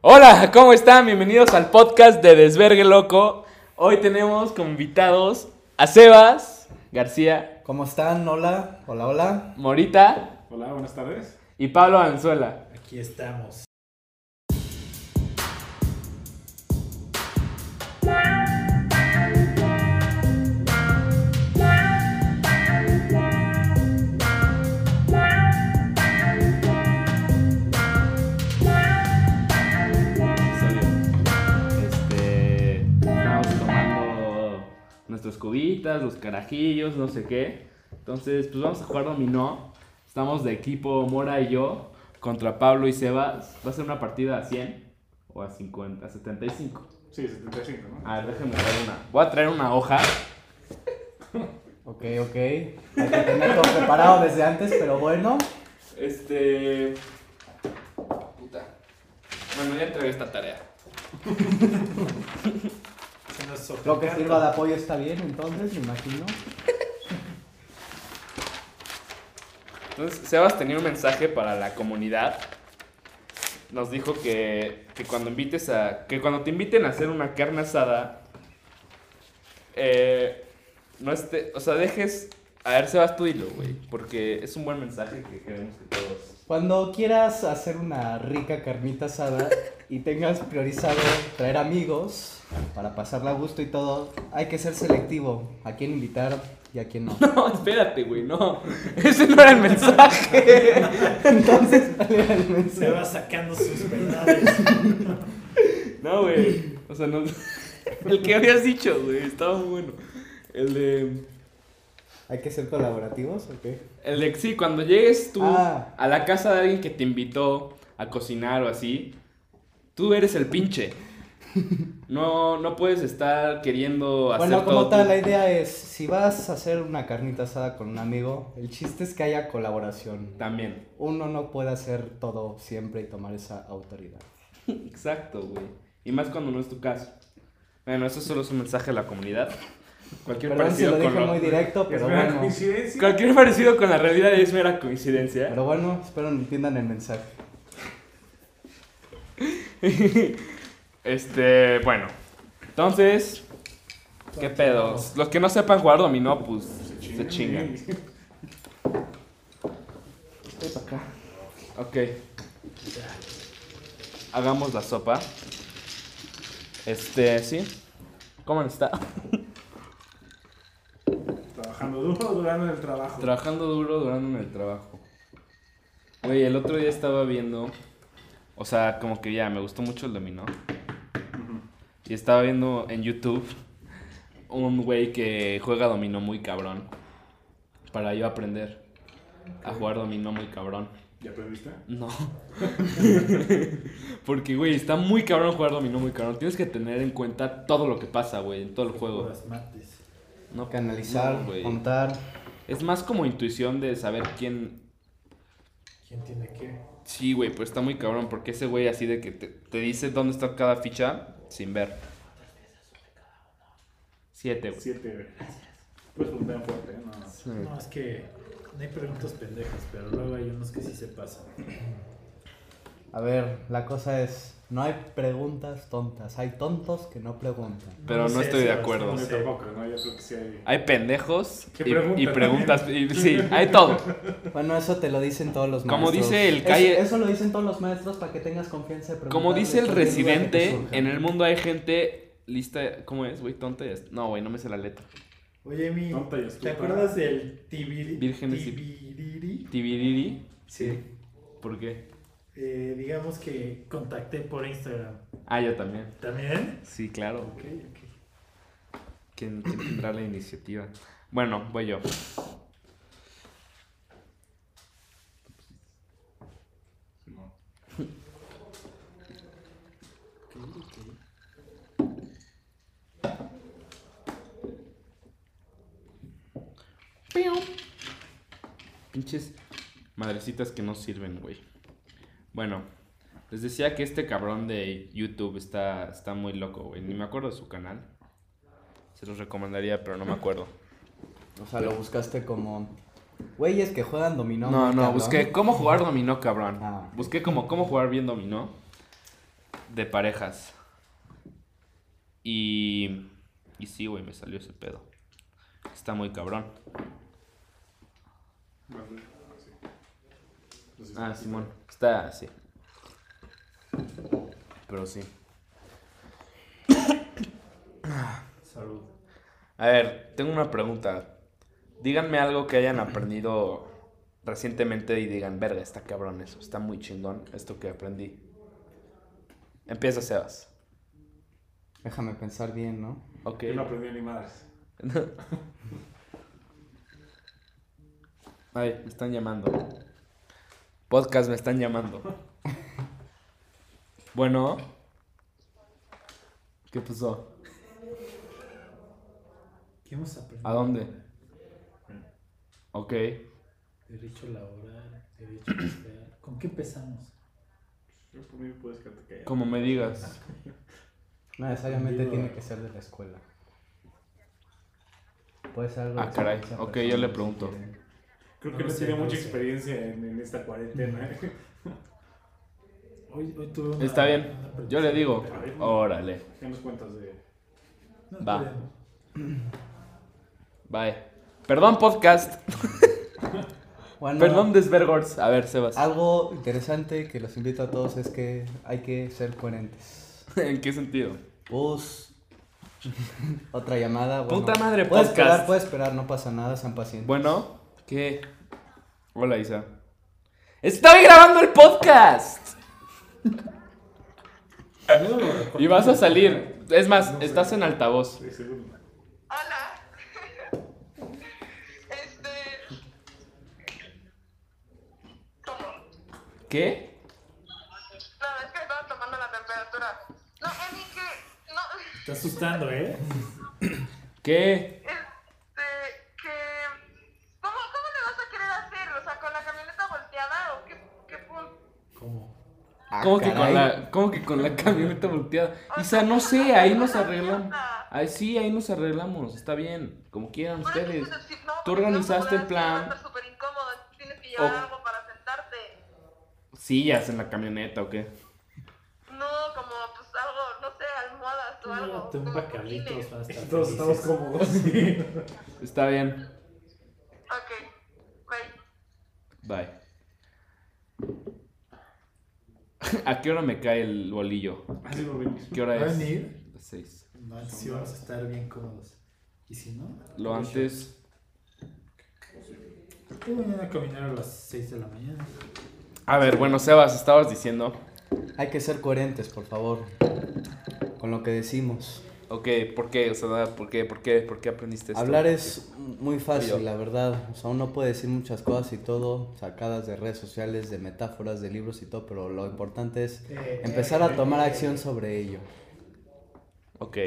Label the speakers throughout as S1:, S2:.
S1: Hola, ¿cómo están? Bienvenidos al podcast de Desvergue Loco. Hoy tenemos como invitados a Sebas García,
S2: ¿Cómo están? Hola, hola, hola.
S1: Morita
S3: Hola, buenas tardes.
S1: y Pablo Anzuela.
S4: Aquí estamos.
S1: Este, estamos tomando nuestras cubitas, los carajillos, no sé qué. Entonces, pues vamos a jugar dominó. Estamos de equipo Mora y yo contra Pablo y Sebas. Va a ser una partida a 100 o a 50, a 75.
S3: Sí, 75, ¿no?
S1: A ver, déjenme traer una. Voy a traer una hoja.
S2: Ok, ok. Hay que tener todo preparado desde antes, pero bueno.
S1: Este. Puta. Bueno, ya entregué esta tarea.
S4: Se nos
S2: Lo que
S4: sobrecarga.
S2: sirva de apoyo está bien, entonces, me imagino.
S1: Entonces, Sebas tenía un mensaje para la comunidad. Nos dijo que, que cuando invites a. que cuando te inviten a hacer una carne asada. eh, no esté. O sea, dejes. A ver, Sebas, tú dilo, güey. Porque es un buen mensaje que queremos que todos.
S2: Cuando quieras hacer una rica carnita asada y tengas priorizado traer amigos para pasarla a gusto y todo, hay que ser selectivo a quién invitar y a quién no.
S1: No, espérate, güey, no. Ese no era el mensaje.
S2: Entonces, ¿cuál era el
S4: Se
S2: mensaje?
S4: va sacando sus verdades.
S1: No, güey. O sea, no. El que habías dicho, güey, estaba muy bueno. El de.
S2: ¿Hay que ser colaborativos o qué?
S1: El de sí, cuando llegues tú
S2: Ah.
S1: a la casa de alguien que te invitó a cocinar o así, tú eres el pinche. No, no puedes estar queriendo hacer
S2: Bueno, como
S1: todo
S2: tal,
S1: tú.
S2: la idea es, si vas a hacer una carnita asada con un amigo, el chiste es que haya colaboración.
S1: También.
S2: Uno no puede hacer todo siempre y tomar esa autoridad.
S1: Exacto, güey. Y más cuando no es tu caso. Bueno, eso solo es un mensaje a la comunidad. Cualquier
S2: Perdón si
S1: parecido
S2: lo
S1: con
S2: dije
S1: lo-
S2: muy directo,
S3: Es
S2: pero
S3: mera
S2: bueno.
S3: coincidencia.
S1: Cualquier parecido con la realidad es mera coincidencia.
S2: Pero bueno, espero entiendan el mensaje.
S1: Este, bueno. Entonces, ¿qué pedo? Los que no sepan jugar dominó, pues se chingan. Ok. Hagamos la sopa. Este, sí. ¿Cómo está?
S3: Trabajando duro, durando el trabajo.
S1: Trabajando duro durando en el trabajo. Güey, el otro día estaba viendo. O sea, como que ya me gustó mucho el dominó. Y estaba viendo en YouTube un güey que juega dominó muy cabrón. Para yo aprender a jugar dominó muy cabrón.
S3: ¿Ya aprendiste?
S1: No. Porque, güey, está muy cabrón jugar dominó muy cabrón. Tienes que tener en cuenta todo lo que pasa, güey, en todo el juego.
S4: Las mates.
S1: No,
S2: Canalizar,
S1: no, güey.
S2: contar.
S1: Es más como intuición de saber quién,
S4: ¿Quién tiene qué?
S1: Sí, güey, pero está muy cabrón porque ese güey así de que te, te dice dónde está cada ficha sin ver. Siete, güey.
S3: Siete. Pues puntean fuerte, ¿eh? No.
S1: Sí.
S4: No, es que no hay preguntas pendejas, pero luego hay unos que sí se pasan.
S2: A ver, la cosa es, no hay preguntas tontas, hay tontos que no preguntan.
S1: Pero no
S4: sé,
S1: estoy de
S4: Sebas,
S1: acuerdo.
S4: no
S3: No, yo
S4: sé.
S3: tampoco, ¿no? Yo creo que sí hay.
S1: Hay pendejos
S3: ¿Qué
S1: y- y,
S3: pregunta
S1: preguntas. y- sí, hay todo.
S2: Bueno, eso te lo dicen todos los
S1: Como
S2: maestros.
S1: dice el
S2: Es-
S1: calle-
S2: eso lo dicen todos los maestros para que tengas confianza de
S1: Como
S2: preguntarles
S1: dice el
S2: cualquier duda que te
S1: residente,
S2: surja.
S1: en el mundo hay gente lista. ¿Cómo es, güey? Tonta y est- No, güey, no me sé la letra.
S4: Oye, mi.
S3: Tonta y
S4: ¿Te
S3: estúpida.
S4: acuerdas del tibiri,
S1: Vírgenes y-
S4: tibiriri?
S1: Tibiriri.
S4: Sí.
S1: ¿Por qué?
S4: Eh, digamos que contacté por Instagram.
S1: Ah, yo también.
S4: ¿También?
S1: Sí, claro.
S4: Ok, ok.
S1: ¿Quién, quién tendrá la iniciativa? Bueno, voy yo.
S3: Simón.
S1: Pinches madrecitas que no sirven, güey. Bueno, les decía que este cabrón de YouTube está, está muy loco, güey. Ni me acuerdo de su canal. Se los recomendaría, pero no me acuerdo.
S2: O sea, lo buscaste como... Güeyes que juegan dominó.
S1: No, no,
S2: cabrón".
S1: busqué cómo jugar dominó, cabrón.
S2: Ah, ok.
S1: Busqué como cómo jugar bien dominó. de parejas. Y, y sí, güey, me salió ese pedo. Está muy cabrón.
S3: Vale, ah, sí. Entonces,
S1: Ah, Simón. Está así. Pero sí.
S4: Salud.
S1: A ver, tengo una pregunta. Díganme algo que hayan aprendido recientemente y digan, verga, está cabrón eso, está muy chingón esto que aprendí. Empieza Sebas.
S2: Déjame pensar bien, ¿no?
S1: Ok.
S3: Yo no aprendí ni madres.
S1: Ay, me están llamando. Podcast, me están llamando. Bueno. ¿Qué pasó?
S4: ¿Qué hemos aprendido?
S1: ¿A dónde? Ok.
S4: Derecho laboral, derecho fiscal. ¿Con qué empezamos?
S3: Yo por mí puedes quedarte callado.
S1: Como me digas.
S2: No necesariamente
S4: Digo-
S2: tiene que ser de la escuela. Puede ser algo.
S1: Ah,
S2: de
S1: caray.
S2: experiencia
S1: Ok, yo le
S2: personal, si
S1: pregunto.
S2: quieren.
S3: Creo
S4: No
S3: que
S4: lo
S3: no
S4: sé,
S3: tiene
S4: no
S3: mucha
S4: lo sé.
S3: experiencia en, en esta cuarentena. ¿eh?
S4: Hoy, hoy tuve una-
S1: Está bien.
S4: una pregunta.
S1: Yo le digo. Órale.
S3: ¿Qué nos cuentas de.?
S4: No,
S1: Va.
S4: está bien.
S1: Bye. Perdón, podcast.
S2: Bueno,
S1: Perdón, Desvergors. A ver, Sebas.
S2: Algo interesante que los invito a todos es que hay que ser coherentes.
S1: ¿En qué sentido?
S2: Pues. Otra llamada. bueno.
S1: Puta madre,
S2: Puedes
S1: podcast.
S2: esperar, puedes esperar, no pasa nada, sean pacientes.
S1: Bueno, ¿qué? Hola, Isa. ¡Estoy grabando el podcast!
S4: Luego lo recortamos.
S1: Y vas a salir. Es más,
S3: No sé.
S1: estás en altavoz.
S3: Sí, seguro.
S5: Hola. Este. ¿Cómo?
S1: ¿Qué?
S5: No, es que estaba tomando la temperatura. No, Emi, que. No.
S4: Está asustando, ¿eh?
S1: ¿Qué?
S5: Este. Que. ¿Cómo, ¿Cómo le vas a querer hacer? O sea, ¿con la camioneta volteada o qué, qué punto?
S4: ¿Cómo?
S2: Ah,
S1: ¿Cómo que, con
S2: caray.
S1: la, ¿Cómo que con la camioneta volteada? Isa, no sé, ahí nos arreglamos. Ahí sí, ahí nos arreglamos. Está bien, como quieran
S5: Por eso,
S1: ustedes.
S5: pues, si- no,
S1: Tú
S5: porque si no,
S1: organizaste el
S5: seguramente Va a
S1: plan.
S5: estar súper incómodo. Tienes que llevar
S1: Oh.
S5: algo para sentarte.
S1: Sillas en la camioneta o qué.
S5: No, como pues algo, no sé, almohadas o algo.
S4: No, te un
S5: como
S4: bacalitos
S5: cojines.
S4: para estar
S3: Todos estamos
S4: felices.
S3: cómodos. Sí.
S1: Está bien.
S5: Ok, bye.
S1: Bye. ¿A qué hora me cae el bolillo?
S3: Así lo venimos.
S1: ¿Qué
S4: ¿Va
S1: hora
S4: a
S1: es?
S4: venir?
S1: Las seis.
S4: No, sí vamos a estar bien cómodos. ¿Y si no? pues
S1: Lo antes.
S4: Puedo venir a caminar a las 6 de la mañana.
S1: A ver, bueno, Sebas, estabas diciendo.
S2: Hay que ser coherentes, por favor. Con lo que decimos.
S1: Ok, ¿por qué? O sea, ¿por qué? ¿Por qué? ¿Por qué aprendiste esto?
S2: Hablar es muy
S1: Yo.
S2: fácil, la verdad. O sea, uno puede decir muchas cosas y todo, sacadas de redes sociales, de metáforas, de libros y todo, pero lo importante es empezar
S4: Eh,
S2: a tomar acción sobre ello.
S1: Ok.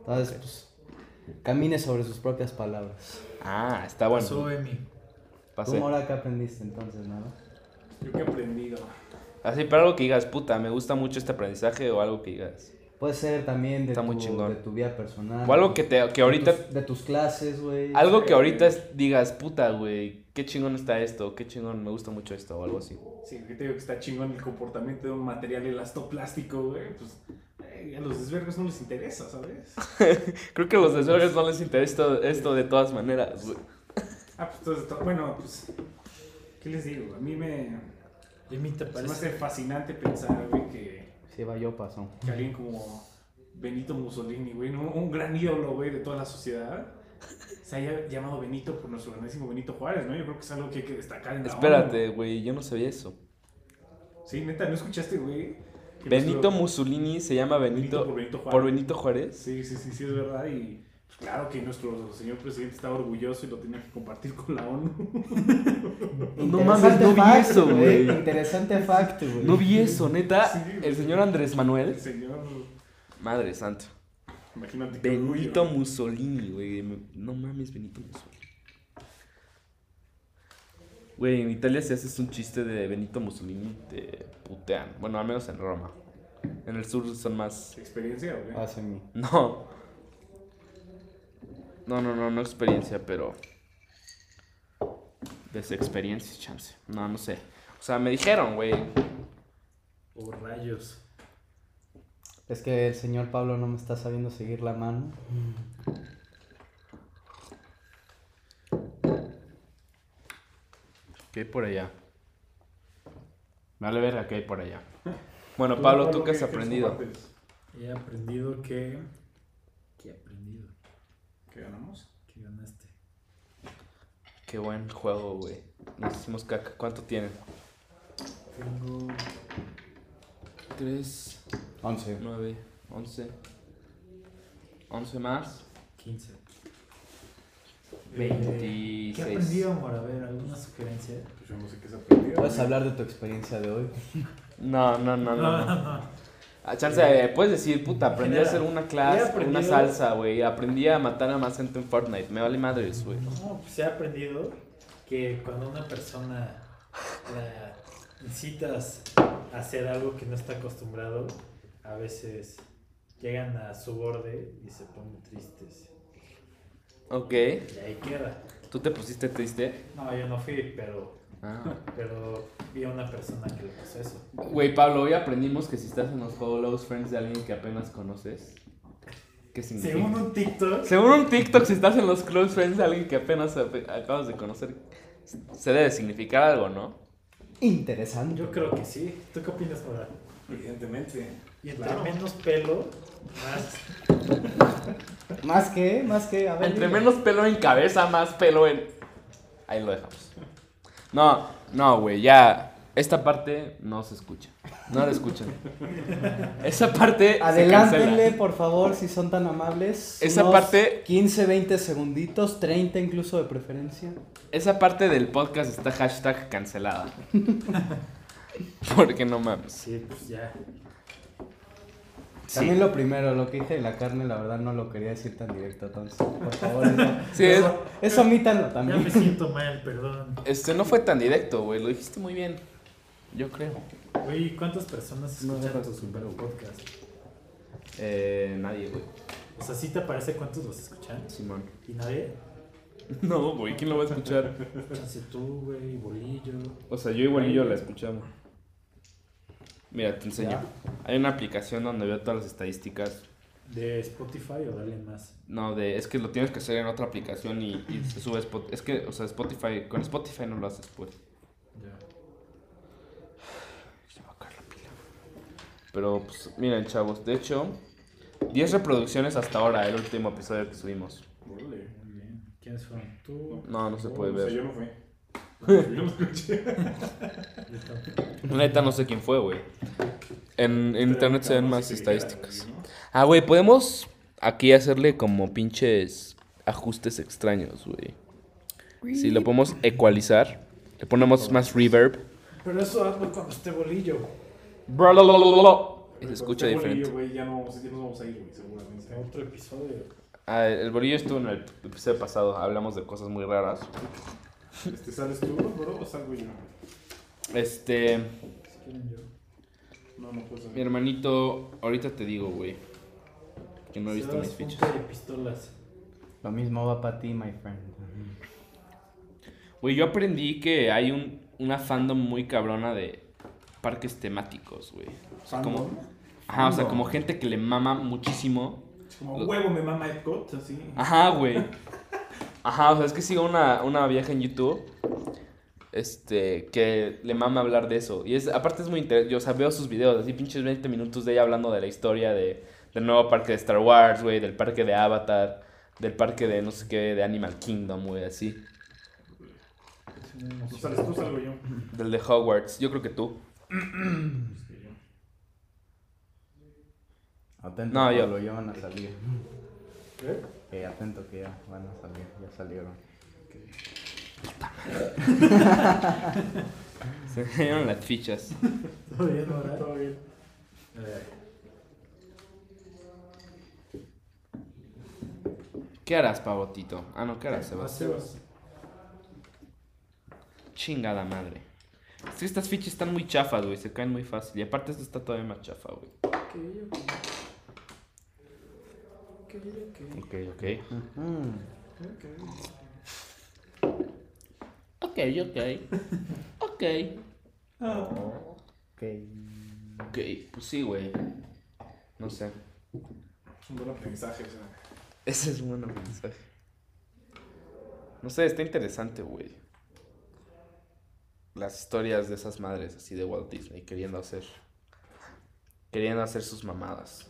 S2: Entonces, pues, camine sobre sus propias palabras.
S1: Ah, está bueno.
S4: Sube mi.
S2: ¿Tú,
S1: Pasé.
S2: Mora, qué aprendiste entonces, no?
S3: Yo que he aprendido.
S1: Así, pero algo que digas, puta, me gusta mucho este aprendizaje o algo que digas.
S2: Puede ser también de,
S1: Está muy
S2: tu,
S1: chingón.
S2: de tu vida
S4: Ah.
S2: personal.
S1: O algo que, te, que ahorita...
S2: De
S4: Pues,
S2: tus, de tus clases, güey.
S1: Algo que ahorita es- digas, puta, güey, qué chingón está esto, qué chingón, me gusta mucho esto o algo así.
S3: Sí, que te digo que está chingón el comportamiento de un material elastoplástico, güey. Pues eh, a los desvergos no les interesa, ¿sabes?
S1: Creo que a los desarrolladores no les interesa esto, esto de todas maneras, güey.
S3: Ah, pues entonces, to- bueno, pues. ¿Qué les digo? A mí me.
S4: Emi, ¿te
S3: Se me
S4: parece?
S3: hace fascinante pensar, güey, que,
S2: Sí, va, yo paso.
S3: que alguien como Benito Mussolini, güey, ¿no? un gran ídolo, güey, de toda la sociedad, se haya llamado Benito por nuestro grandísimo Benito Juárez, ¿no? Yo creo que es algo que hay que destacar en la
S1: Espérate, güey, yo no sabía eso.
S3: ONU. Sí, neta, ¿no escuchaste, güey? Que
S1: Benito
S3: nuestro-
S1: Mussolini se llama
S3: Benito
S1: Benito
S3: por Benito Juárez.
S1: por Benito Juárez.
S3: Sí, sí, sí, sí, es verdad. Y pues, claro que nuestro señor presidente estaba orgulloso y lo tenía que compartir con la ONU.
S1: No mames, no vi eso, güey.
S2: Interesante fact, güey.
S1: No vi eso, neta.
S3: Sí, güey.
S1: El señor Andrés
S3: El
S1: Manuel.
S3: señor,
S1: Madre santa.
S3: imagínate. qué
S1: Benito
S3: orgullo.
S1: Mussolini, güey. Me- No mames, Benito Mussolini. Güey, en Italia si haces un chiste de Benito Mussolini te putean. Bueno, al menos en Roma. En el sur son más...
S3: ¿Experiencia o qué?
S1: Ah,
S2: Pase mi.
S1: No. No, no, no, no experiencia, pero... Desexperiencia, chance. No, no sé. O sea, me dijeron, güey.
S4: O rayos.
S2: Es que el señor Pablo no me está sabiendo seguir la mano.
S1: ¿Qué hay por allá? Me vale verga qué hay por allá. Bueno, Pablo, ¿tú qué has aprendido?
S3: compartes?
S4: He aprendido que... ¿Qué he aprendido?
S3: ¿Qué ganamos?
S4: Que ganaste.
S1: Qué buen juego, güey. Nos hicimos caca. ¿Cuánto tienen?
S4: Tengo...
S1: 3,
S2: 11.
S1: 9, 11. 11 más.
S4: 15. Eh,
S1: 26.
S4: ¿Qué aprendido, amor? A ver, ¿alguna sugerencia?
S3: Pues yo no sé qué has aprendido.
S1: Pues,
S2: ¿Puedes hablar de tu experiencia de hoy?
S1: No, no, no, no. no. A chance, eh, puedes decir, puta, aprendí a hacer una
S4: He
S1: clase,
S4: aprendido-
S1: una salsa, güey. Aprendí a matar a más gente en Fortnite. Me vale madres, güey.
S4: No, pues he aprendido que cuando una persona la incitas a hacer algo que no está acostumbrado, a veces llegan a su borde y se ponen tristes.
S1: Ok.
S4: Y ahí queda.
S1: ¿Tú te pusiste triste?
S4: No, yo no fui, pero,
S1: Ah.
S4: pero vi a una persona que le pasó eso.
S1: Güey, Pablo, hoy aprendimos que si estás en los Follows Friends de alguien que apenas conoces, ¿qué significa?
S4: Según un TikTok,
S1: Según un TikTok, si estás en los Close Friends de alguien que apenas ape- acabas de conocer, se debe significar algo, ¿no?
S2: Interesante.
S4: yo creo que sí. ¿Tú qué opinas, Nora?
S3: Evidentemente.
S4: Y entre
S3: Claro.
S4: menos pelo, más
S2: Más que, más que, a ver.
S1: Entre
S2: dime.
S1: menos pelo en cabeza, más pelo en... Ahí lo dejamos. No, no, güey, ya. Esta parte no se escucha. No la escuchan. Esa parte se
S2: Adelántenle,
S1: cancela.
S2: por favor, si son tan amables.
S1: Esa
S2: Unos
S1: parte-
S2: 15, 20 segunditos, 30 incluso de preferencia.
S1: Esa parte del podcast está hashtag cancelada. Porque no mames.
S4: Sí, pues ya.
S2: También lo primero, lo que dije de la carne, la verdad no lo quería decir tan directo, entonces, por favor. Eso,
S1: Sí, es-
S2: eso, eso omítanlo
S4: Ya me
S2: también.
S4: siento mal, perdón.
S1: Este no fue tan directo, güey. Lo dijiste muy bien. Yo creo.
S4: Güey, ¿cuántas personas
S1: No,
S4: escuchan
S1: dejas
S4: tu
S1: tu pelo, güey.
S4: podcast?
S1: Eh, nadie, güey.
S4: O sea, ¿sí te parece cuántos los escuchan?
S1: Simón.
S4: ¿Y nadie?
S1: No, güey, ¿quién lo va a escuchar?
S4: Chance tú, güey, bolillo.
S1: O sea, yo igual y yo la escuchamos. Mira, te enseño.
S2: Ya.
S1: Hay una aplicación donde veo todas las estadísticas.
S4: ¿De Spotify o dale más?
S1: No, de, es que lo tienes que hacer en otra aplicación y, y se sube a Spotify. Es que, o sea, Spotify, con Spotify no lo haces, pues.
S4: Ya.
S1: Se me va a caer la pila. Pero, pues, miren, chavos, de hecho, 10 reproducciones hasta ahora, el último episodio que subimos.
S3: Órale.
S4: Muy bien. ¿Quiénes fueron? Tú.
S1: No, no se puede
S3: No, o sea,
S1: ver.
S3: yo no fui. Yo no escuché.
S4: Yo tampoco.
S1: Neta, no sé quién fue, güey. En, en internet se ven
S3: Pero
S1: más
S3: si te dijera,
S1: estadísticas.
S3: güey, ¿no?
S1: Ah, güey, podemos aquí hacerle como pinches ajustes extraños, güey. Si lo podemos ecualizar, le ponemos más reverb.
S4: Pero eso hazlo cuando esté bolillo.
S1: Y
S3: Pero
S1: se escucha
S3: cuando esté bolillo,
S1: diferente.
S3: güey, ya, no vamos, ya nos vamos a ir, güey, seguramente.
S4: Otro episodio.
S1: Ah, el bolillo estuvo en el episodio pasado, hablamos de cosas muy raras.
S3: Este, ¿Sales tú, bro, o salgo yo?
S1: Este,
S4: Si quieren yo.
S3: No, no puedo
S1: mi
S3: salir.
S1: hermanito, ahorita te digo, güey, que no he visto
S4: Sebas,
S1: mis fichas.
S4: punto de pistolas.
S2: Lo mismo va para ti, my friend.
S1: Güey, yo aprendí que hay un, una fandom muy cabrona de parques temáticos, güey. O sea, como-
S3: ¿Fandom?
S1: Ajá, o sea, como gente que le mama muchísimo.
S3: Como huevo me mama Epcot, así.
S1: Ajá, güey. Ajá, o sea, es que sigo una, una vieja en YouTube. Este, que le mama hablar de eso. Y es, aparte es muy interesante. Yo, o sea, veo sus videos, así pinches 20 minutos de ella hablando de la historia de, del nuevo parque de Star Wars, güey, del parque de Avatar, del parque de no sé qué, de Animal Kingdom, güey, así.
S4: Es una
S3: No
S4: emoción.
S3: sales tú, salgo yo.
S1: Del de Hogwarts, yo creo que tú.
S3: Sí, yo.
S2: Atento,
S1: No, yo.
S2: Pablo, ya van a salir.
S4: ¿Eh?
S2: Eh, atento que ya van a salir, ya salieron.
S1: Se me dieron las fichas.
S4: ¿Todo bien, Nora?
S3: Todo bien.
S4: A ver,
S1: ¿Qué harás, pavotito? Ah, no, ¿qué harás,
S4: vas,
S1: Sebas?
S4: Sebas.
S1: Chingada madre. Es que estas fichas están muy chafas, güey. Se caen muy fácil. Y aparte, esta está todavía más chafa, güey.
S4: Ok, ok.
S1: Ok,
S4: Ok,
S1: ok.
S4: ok.
S1: Ok, ok.
S4: Ok.
S1: Ok.
S2: Ok.
S1: Ok, pues sí, güey. No sé.
S3: Es un buen aprendizaje. o sea.
S1: Ese es un buen mensaje. No sé, está interesante, güey. Las historias de esas madres así de Walt Disney queriendo hacer. Queriendo hacer sus mamadas.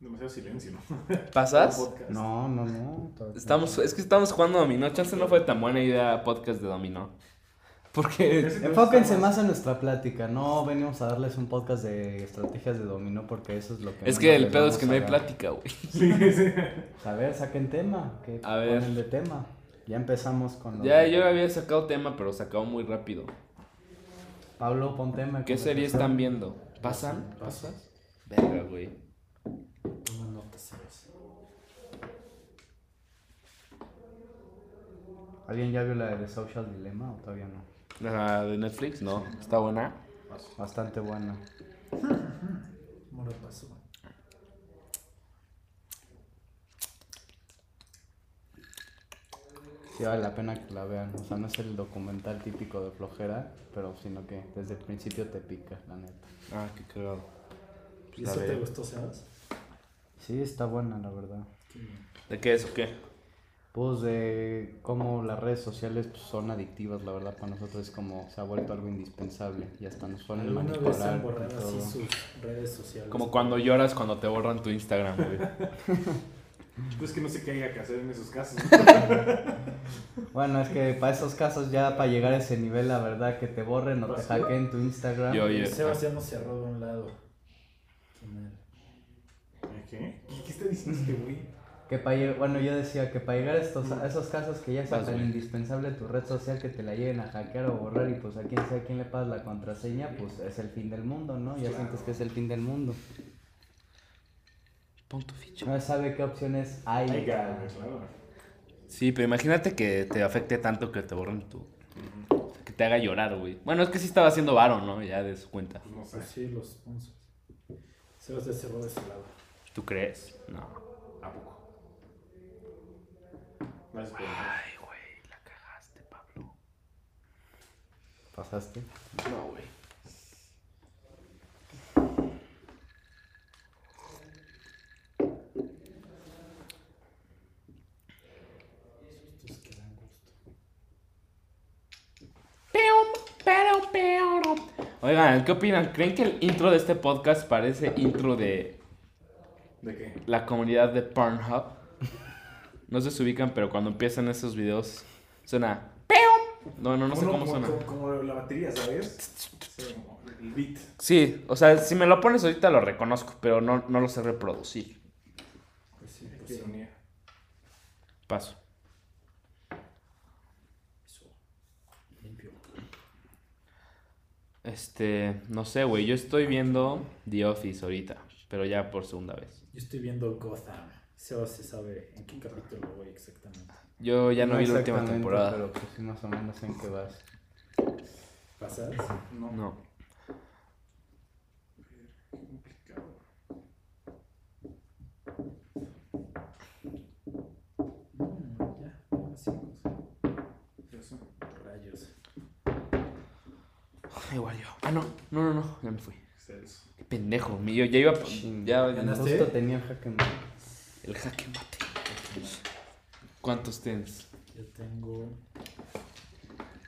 S3: Demasiado silencio, ¿no?
S1: ¿Pasas?
S3: Podcast.
S2: No, no, no. todavía
S1: Estamos,
S2: no.
S1: es que estamos jugando dominó. Chance no fue tan buena idea podcast de dominó. Porque.
S3: Ese creo que
S2: Enfóquense
S3: está
S2: más en nuestra plática, no venimos a darles un podcast de estrategias de dominó porque eso es lo que...
S1: Es
S2: no
S1: que
S2: nos
S1: el
S2: les
S1: pedo es
S2: vamos
S1: que
S2: a
S1: no hay
S2: dar.
S1: plática, güey.
S3: Sí, sí.
S2: A ver, saquen tema, que
S1: A ver.
S2: ponen de tema. Ya empezamos con... lo
S1: Ya
S2: de-
S1: yo había sacado tema, pero sacado muy rápido.
S2: Pablo, pon tema.
S1: ¿Qué serie
S2: conversación.
S1: están viendo? ¿Pasan? ¿Pasas? Verga, güey.
S4: No, no te sabes.
S2: ¿Alguien ya vio la de The Social Dilemma o todavía no?
S1: Ah, ¿De Netflix? No. ¿Está buena?
S2: Bastante buena.
S4: Moro pasó.
S2: Sí vale la pena que la vean. O sea, no es el documental típico de flojera, pero sino que desde el principio te pica, la neta.
S1: Ah, qué cagado. Pues
S4: ¿Y
S1: la
S4: eso te
S1: veré.
S4: gustó, Sebas?
S2: Sí, está buena, la verdad.
S1: ¿De qué es o qué?
S2: Pues de cómo las redes sociales pues, son adictivas, la verdad, para nosotros es como se ha vuelto algo indispensable y hasta nos ponen a
S4: ¿Alguna vez
S2: manipular
S4: han
S2: y
S4: borrado así
S2: todo.
S4: sus redes sociales?
S1: Como cuando lloras cuando te borran tu Instagram, güey.
S3: Pues que no sé qué haya que hacer en esos casos.
S2: Bueno, es que para esos casos ya para llegar a ese nivel, la verdad, que te borren o te hackeen tu Instagram.
S1: Yo, ah. yo.
S4: Sebas ya no cerró de un lado. Genial.
S3: ¿Qué? ¿Qué, qué está diciendo este güey?
S2: Que pa' lle- bueno, yo decía que para llegar a,
S4: Mm.
S2: estos, a esos casos que ya es
S1: Vas,
S2: tan
S1: güey.
S2: indispensable tu red social que te la lleguen a hackear o borrar y pues a quien sea quien le pagas la contraseña, pues es el fin del mundo, ¿no? Ya sientes que es el fin del mundo.
S1: Pon tu ficha.
S2: No sabe qué opciones hay.
S3: Ay,
S2: cara.
S3: claro, Pues claro.
S1: Sí, pero imagínate que te afecte tanto que te borren tu. Que te haga llorar, güey. Bueno, es que sí estaba haciendo varo, ¿no? Ya de su cuenta.
S3: Pues no sé.
S4: Pues sí, los sponsors. Sebas ya cerró de ese lado.
S1: ¿Tú crees? No.
S3: ¿A poco? Gracias por el-
S1: Ay, güey, la cagaste, Pablo.
S2: ¿Pasaste?
S1: No, güey.
S4: Estos que dan gusto.
S1: Oigan, ¿qué opinan? ¿Creen que el intro de este podcast parece intro de
S3: ¿De qué?
S1: la comunidad de Pornhub? No sé si se ubican, pero cuando empiezan esos videos suena. ¡Peum! No, no, no sé
S3: Uno
S1: cómo
S3: como,
S1: suena.
S3: Como, como la batería, ¿sabes? Sí, como el beat.
S1: Sí, o sea, si me lo pones ahorita lo reconozco, pero no, no lo sé reproducir.
S4: Pues sí, pues
S3: Qué
S4: sí.
S3: ironía.
S1: Paso.
S4: Eso. Limpio.
S1: Este, no sé, güey, yo estoy viendo The Office ahorita, pero ya por segunda vez.
S4: Yo estoy viendo Gotham. Sebas se sabe en qué capítulo voy exactamente.
S1: Yo ya no, vi la última
S2: exactamente,
S1: temporada.
S2: Pero pues sí, más o menos en qué vas.
S4: ¿Pasas?
S3: No,
S1: No.
S3: qué complicado.
S4: Mm, ya, así pues.
S3: Ya sé.
S4: Rayos.
S1: Igual yo. Ah, no, no, no, no, ya me fui.
S3: Excelso.
S1: Qué pendejo, mi, yo ya iba. Ya,
S4: Ganaste.
S2: Justo tenía jaque mate.
S1: el jaque mate. ¿Cuántos tens?
S4: Yo tengo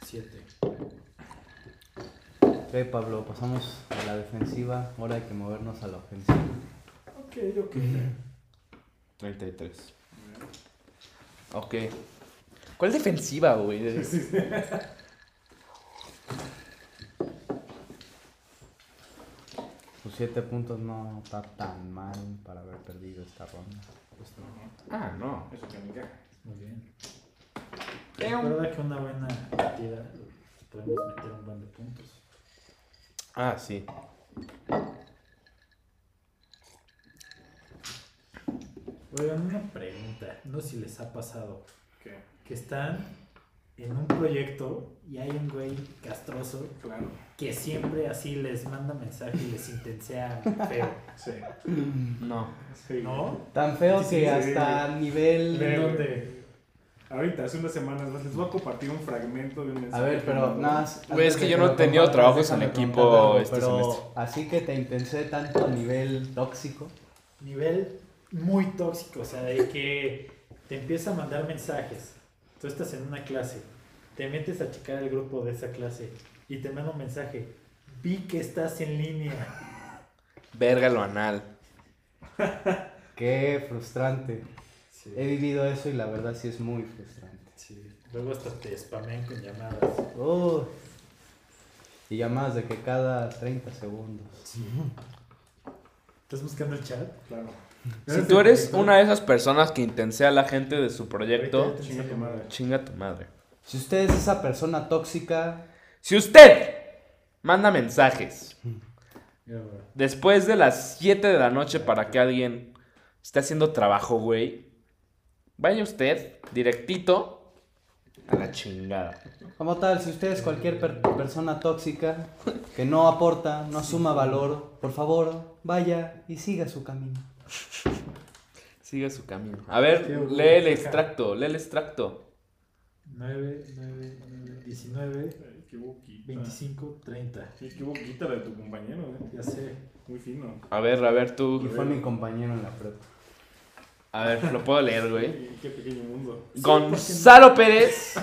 S4: siete.
S2: Ok, Pablo, pasamos a la defensiva. Ahora hay que movernos a la ofensiva.
S4: Ok, ok.
S1: 33. Ok. ¿Cuál defensiva, güey?
S2: Tus siete puntos no está tan mal para haber perdido esta ronda.
S4: Pues no,
S1: Ah, no.
S3: Eso que me caga.
S4: muy bien. Recuerda que una buena partida podemos meter un buen de puntos.
S1: Ah, sí.
S4: Oigan, una pregunta. No sé si les ha pasado.
S3: ¿Qué?
S4: que están en un proyecto y hay un güey castroso
S3: Claro,
S4: que siempre así les manda mensaje y les intentea feo.
S3: sí.
S1: No.
S3: sí.
S4: ¿No?
S2: Tan feo
S3: Sí,
S2: que
S3: sí,
S2: hasta nivel...
S4: ¿De
S3: Pero-
S4: dónde?
S3: Ahorita, hace unas semanas más, les voy a compartir un fragmento de un
S2: A
S3: mensaje.
S2: ver,
S3: que
S2: pero
S3: mandó.
S2: nada más...
S1: Güey, es
S2: antes
S1: que
S2: de
S1: yo
S2: lo
S1: no he tenido
S2: compartas,
S1: trabajos en
S2: déjame
S1: equipo
S2: preguntarte algo,
S1: este
S2: pero
S1: semestre.
S2: Así que te intensé tanto a nivel tóxico.
S4: Nivel muy tóxico, o sea, de que te empieza a mandar mensajes. Tú estás en una clase, te metes a checar el grupo de esa clase y te manda un mensaje. Vi que estás en línea.
S1: Verga lo anal.
S2: Qué frustrante.
S4: Sí.
S3: Eh,
S2: He vivido eso y la verdad sí es muy frustrante.
S4: Luego hasta te spamean con llamadas.
S2: Uy. Y ya más de que cada 30 segundos.
S4: ¿Estás buscando el chat?
S3: Claro.
S1: Si tú eres una de esas personas que intensea a la gente de su proyecto,
S4: Ahorita ya te
S3: Chinga tu madre.
S1: chinga tu madre.
S2: Si usted es esa persona tóxica,
S1: Si usted manda mensajes
S4: Mira, güey.
S1: después de las 7 de la noche para que alguien esté haciendo trabajo, güey, vaya usted directito a la chingada.
S2: como tal, si usted es cualquier per- persona tóxica que no aporta, no suma valor, por favor, vaya y siga su camino.
S1: Sigue su camino. A ver,
S4: Qué horror.
S1: lee el extracto, lee el extracto.
S4: 9, 9, 9, 19,
S3: Ay, Qué boquita.
S4: 25, 30.
S3: Sí, qué boquita la de tu compañero, eh.
S4: Ya sé.
S3: Muy fino.
S1: A ver, a ver
S2: Y
S1: tú.
S2: fue mi compañero en la prepa.
S1: A ver, lo puedo leer, güey.
S3: Sí, Qué pequeño mundo.
S1: Gonzalo Pérez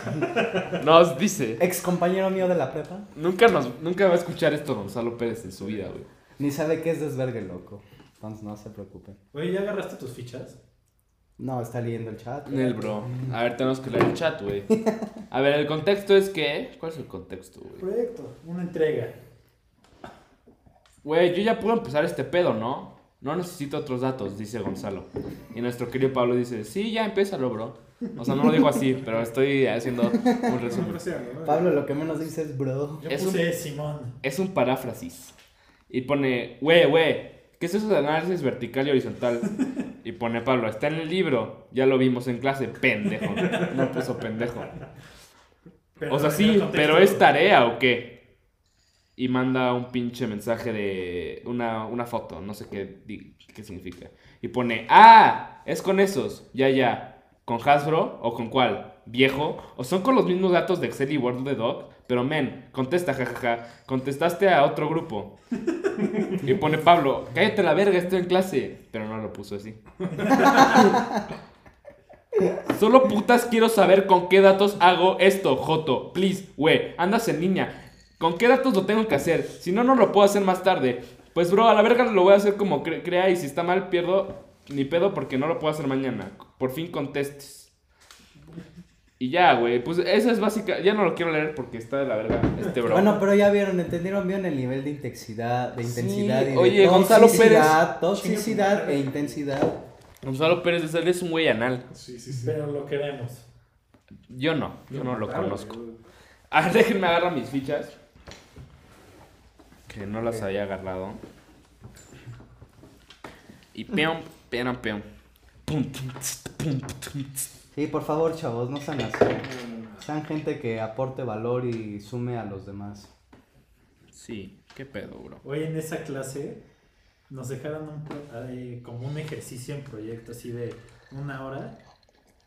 S1: nos dice.
S2: Ex compañero mío de la prepa.
S1: Nunca, nos, nunca va a escuchar esto Gonzalo Pérez en su vida, güey.
S2: Ni sabe qué es desvergue loco. Entonces no se preocupen.
S4: Oye, ¿ya agarraste tus fichas?
S2: No, está leyendo el chat.
S1: Nel, bro. A ver, tenemos que leer el chat, güey. A ver, el contexto es que... ¿Cuál es el contexto, güey?
S4: Proyecto. Una entrega.
S1: Güey, yo ya puedo empezar este pedo, ¿no? No necesito otros datos, dice Gonzalo. Y nuestro querido Pablo dice, sí, ya, empiézalo, bro. O sea, no lo digo así, pero estoy haciendo un
S3: Es un
S1: resumen.
S3: fraseando, ¿no?
S2: Pablo, lo que menos dice es bro.
S4: Yo
S1: Es
S4: puse Simón.
S1: Es un paráfrasis. Y pone, güey, güey, ¿qué es eso de análisis vertical y horizontal? Y pone Pablo, está en el libro, ya lo vimos en clase, pendejo. No puso pendejo.
S4: Pero
S1: O sea,
S4: en
S1: sí,
S4: el contexto-
S1: pero es tarea o qué. Y manda un pinche mensaje de una, una foto, no sé qué, di- qué significa. Y pone, ah, es con esos, ya, ya. ¿Con Hasbro o con cuál? ¿Viejo? ¿O son con los mismos datos de Excel y Word de Doc? Pero men, contesta, jajaja. Contestaste a otro grupo. Y pone Pablo, cállate la verga, estoy en clase. Pero no lo puso así. Solo putas quiero saber con qué datos hago esto, Joto. Please, güey, andas en línea. ¿Con qué datos lo tengo que hacer? Si no, no lo puedo hacer más tarde. Pues, bro, a la verga lo voy a hacer como cre- crea y si está mal, pierdo ni pedo porque no lo puedo hacer mañana. Por fin contestes. Y ya, güey, pues esa es básica. Ya no lo quiero leer porque está de la verga este bro.
S2: Bueno, pero ya vieron, entendieron bien el nivel de intensidad, de
S1: Sí,
S2: intensidad y de
S1: oye, Gonzalo
S2: toxicidad,
S1: Pérez.
S2: toxicidad e intensidad.
S1: Gonzalo Pérez de Sal es un güey anal.
S3: Sí, sí, sí.
S4: Pero lo queremos.
S1: Yo no, yo no lo
S3: Claro,
S1: conozco.
S3: güey.
S1: A ver, déjenme agarrar mis fichas. Que no las había agarrado. Y peón, peón, peón. Pum, tum, tst, pum, tum, tst.
S2: Sí, por favor, chavos, no sean así. Sean gente que aporte valor y sume a los demás.
S1: Sí, qué pedo, bro.
S4: Hoy en esa clase nos dejaron un pro- eh, como un ejercicio en proyecto así de una hora.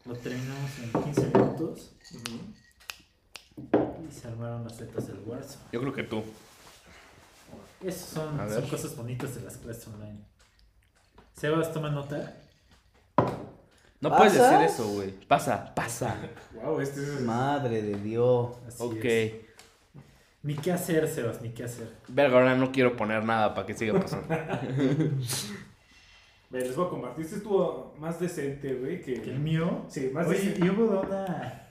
S4: Lo terminamos en 15 minutos
S3: Ujú.
S4: y se armaron las letras del Warzone.
S1: Yo creo que tú.
S4: Esas son,
S1: A
S4: son
S1: ver.
S4: cosas bonitas de las clases online. Sebas, toma nota.
S1: No
S2: ¿Pasa?
S1: puedes decir eso, güey. Pasa, pasa.
S3: Wow, este es.
S2: Madre de Dios.
S4: Así
S1: ok.
S4: es. Ni qué hacer, Sebas, ni qué hacer.
S1: Verga, ahora no quiero poner nada para que siga pasando.
S3: Ve, les voy a compartir. Este estuvo más decente, güey, que.
S4: Que el mío.
S3: Sí, más
S4: Oye,
S3: decente.
S4: y hubo una,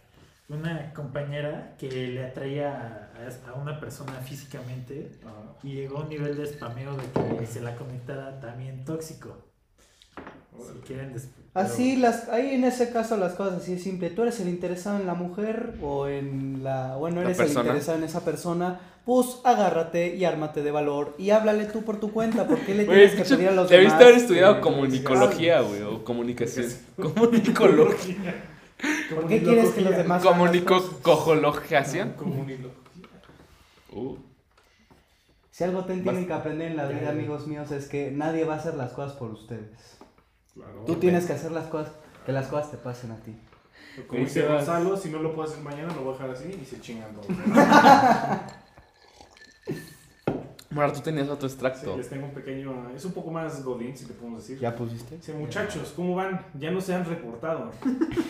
S4: una compañera que le atraía a, a una persona físicamente
S3: Ajá.
S4: y llegó a un nivel de spameo de que se la conectara también tóxico. Si
S3: Órale.
S4: quieren des-
S2: Así, las, ahí en ese caso las cosas así es simple. Tú eres el interesado en la mujer o en la... Bueno,
S1: La
S2: eres el
S1: persona.
S2: interesado en esa persona. Pues agárrate y ármate de valor y háblale tú por tu cuenta. ¿Por qué le
S1: Güey,
S2: tienes que
S1: escucha,
S2: pedir a los
S1: debiste
S2: demás? eh,
S1: haber estudiado
S3: que-
S1: comunicología, güey, o comunicación. Comunicología.
S2: ¿Por qué quieres que los demás hagan las
S1: Comunico
S2: cosas?
S1: cojologiación.
S3: Como un hilo.
S1: Uh,
S2: Si algo ten- tienen
S1: Vas-
S2: que aprender en la vida, amigos míos, es que nadie va a hacer las cosas por ustedes.
S3: Claro.
S2: Tú tienes que hacer las cosas, que las cosas te pasen a ti.
S3: Como dice
S1: Sebas.
S3: Gonzalo, si no lo puedo hacer mañana, lo voy a dejar así y se chingan todos.
S1: Bueno, tú tenías otro
S3: Sí,
S1: extracto.
S3: les tengo un pequeño. Es un poco más godín, si te podemos decir.
S2: ¿Ya pusiste?
S3: Dice, muchachos, ¿cómo van? Ya no se han reportado.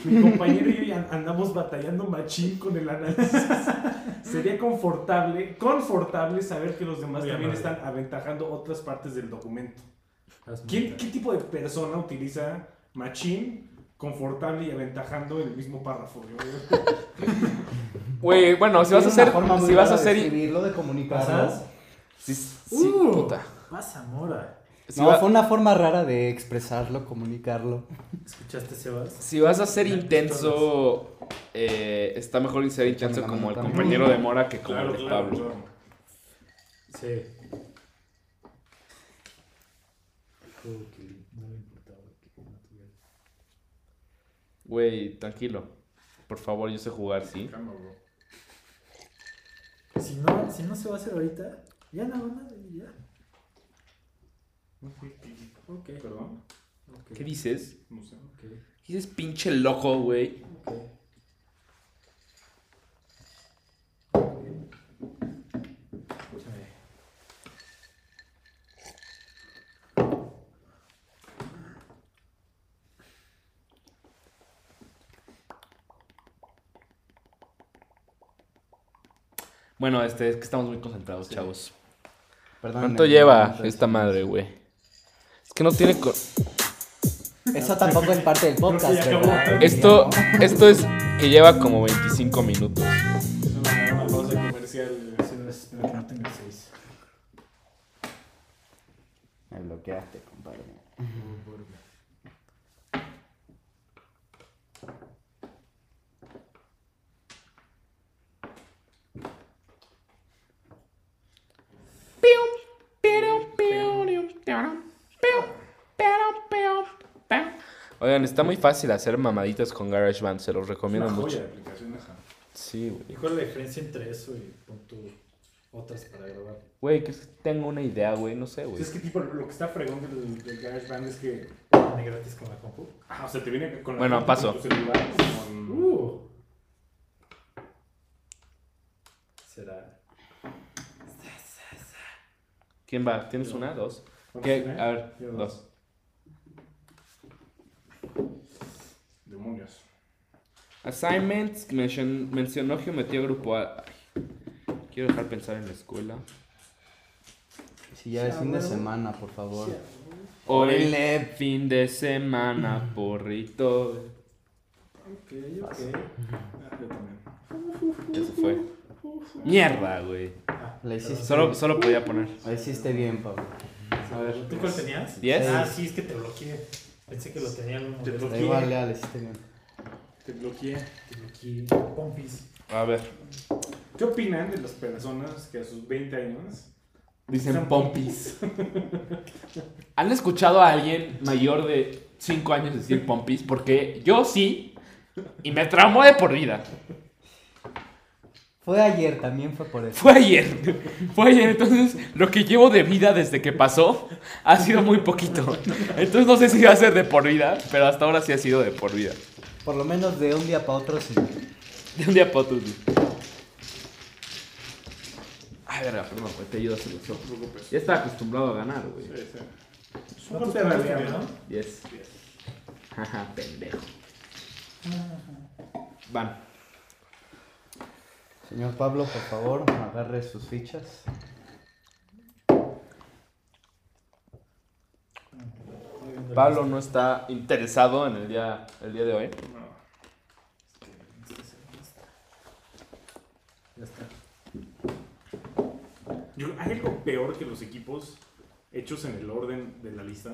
S3: Mi compañero y yo ya andamos batallando machín con el análisis. Sería confortable, confortable saber que los demás
S4: Muy
S3: también
S4: amable.
S3: están aventajando otras partes del documento.
S4: Hazme
S3: ¿Quién,
S4: un-
S3: ¿Qué tipo de persona utiliza machín, confortable y aventajando en el mismo párrafo?
S1: Güey, bueno, si vas a
S2: Tiene una
S1: hacer.
S2: forma muy
S1: Si vas a
S2: rara de
S1: hacer.
S2: escribirlo, de comunicarlo.
S4: ¿Pasas?
S1: Sí, sí,
S4: Uh.
S1: puta.
S4: Pasa, mora.
S1: Si,
S2: No,
S1: va-
S2: fue una forma rara de expresarlo, comunicarlo.
S4: ¿Escuchaste, Sebas?
S1: si vas a ser intenso, eh, está mejor ser intenso como el compañero de Mora que como el de Pablo.
S4: Sí. Creo que no me importaba que no tuviera.
S1: Güey, tranquilo. Por favor, yo sé jugar, ¿sí?
S3: Calma, bro.
S4: Si no, si no se va a hacer ahorita, ya no, no, ya. Ok.
S3: Perdón,
S4: Ok.
S1: ¿Qué dices?
S3: no sé.
S4: Ok.
S1: ¿Qué dices, pinche loco, güey?
S4: Ok. Escúchame.
S1: Bueno, este, es que estamos muy concentrados, chavos.
S2: Perdón,
S1: ¿Cuánto
S2: el-
S1: lleva
S2: el-
S1: esta madre, güey? Es que no tiene... co-
S2: Eso tampoco es parte del podcast,
S3: Creo que ya acabó.
S2: ¿verdad?
S1: Esto, esto es que lleva como 25 minutos.
S3: Es una, una pausa comercial.
S4: Sí, no, espero que no tenga seis.
S2: Me bloqueaste, compadre.
S1: Oigan, está muy fácil hacer mamaditas con GarageBand, se los recomiendo
S3: Una joya
S1: mucho.
S3: de aplicación, ajá.
S1: Sí, güey.
S4: ¿Y cuál es la diferencia entre eso y pon tú otras para grabar?
S1: Güey, que es que tengo una idea, güey, no sé, güey.
S3: Pues Es que tipo, lo que está fregón del, del GarageBand es que...
S4: ¿Viene gratis con la compu?
S3: Ah, o sea, te viene con la
S1: Bueno,
S3: con
S1: paso.
S3: tu celular, con-
S4: Uh. ¿Será?
S1: ¿Quién va? ¿Tienes una? ¿Dos?
S3: con
S1: ¿Qué?
S3: internet.
S1: A ver,
S3: Yo
S1: dos.
S3: Demonios.
S1: Assignments, mencion- mencionó geometría grupo A. Ay, quiero dejar pensar en la escuela.
S2: Si ya es fin de semana, por favor.
S1: Hoy,
S2: Órale.
S1: fin de semana, porrito.
S4: Ok, ok.
S3: Ah, yo también.
S1: Ya se fue. Mierda, güey.
S4: Ah,
S2: La hiciste,
S1: Solo, solo podía poner.
S2: la hiciste bien, Pablo.
S3: A ver,
S4: ¿Tú cuál tenías?
S1: ¿Diez?
S4: Ah, sí, es que te bloqueé. Pensé que lo tenía en
S3: Te
S2: Da
S3: bloqueé.
S4: Te
S2: igual, ya la hiciste bien.
S3: Te bloqueé.
S4: bloqueé. Pompis.
S1: A ver.
S3: ¿Qué opinan de las personas que a sus 20 años...
S1: Dicen pompis. ¿Han escuchado a alguien mayor de 5 años decir pompis? Porque yo sí. Y me traumó de por vida.
S2: Fue ayer, también fue por eso.
S1: Fue ayer. Fue ayer. Entonces, lo que llevo de vida desde que pasó ha sido muy poquito. Entonces, no sé si va a ser de por vida, pero hasta ahora sí ha sido de por vida.
S2: Por lo menos de un día para otro sí.
S1: De un día para otro. sí. Ay, verga, perdón, güey. Te ayudo a hacer los ojos.
S3: No te preocupes.
S1: Ya está acostumbrado a ganar, güey.
S3: Sí, sí. pues, Es un
S4: ¿Cuántos
S3: golpe de
S4: puntos
S3: realidad,
S4: tuvieron?
S3: ¿no?
S1: Yes. Jaja, pendejo. Van.
S2: Señor Pablo, por favor, agarre sus fichas.
S1: Pablo no está interesado en el día, el día de hoy.
S3: No.
S4: Ya está.
S3: Yo, ¿Hay algo peor que los equipos hechos en el orden de la lista?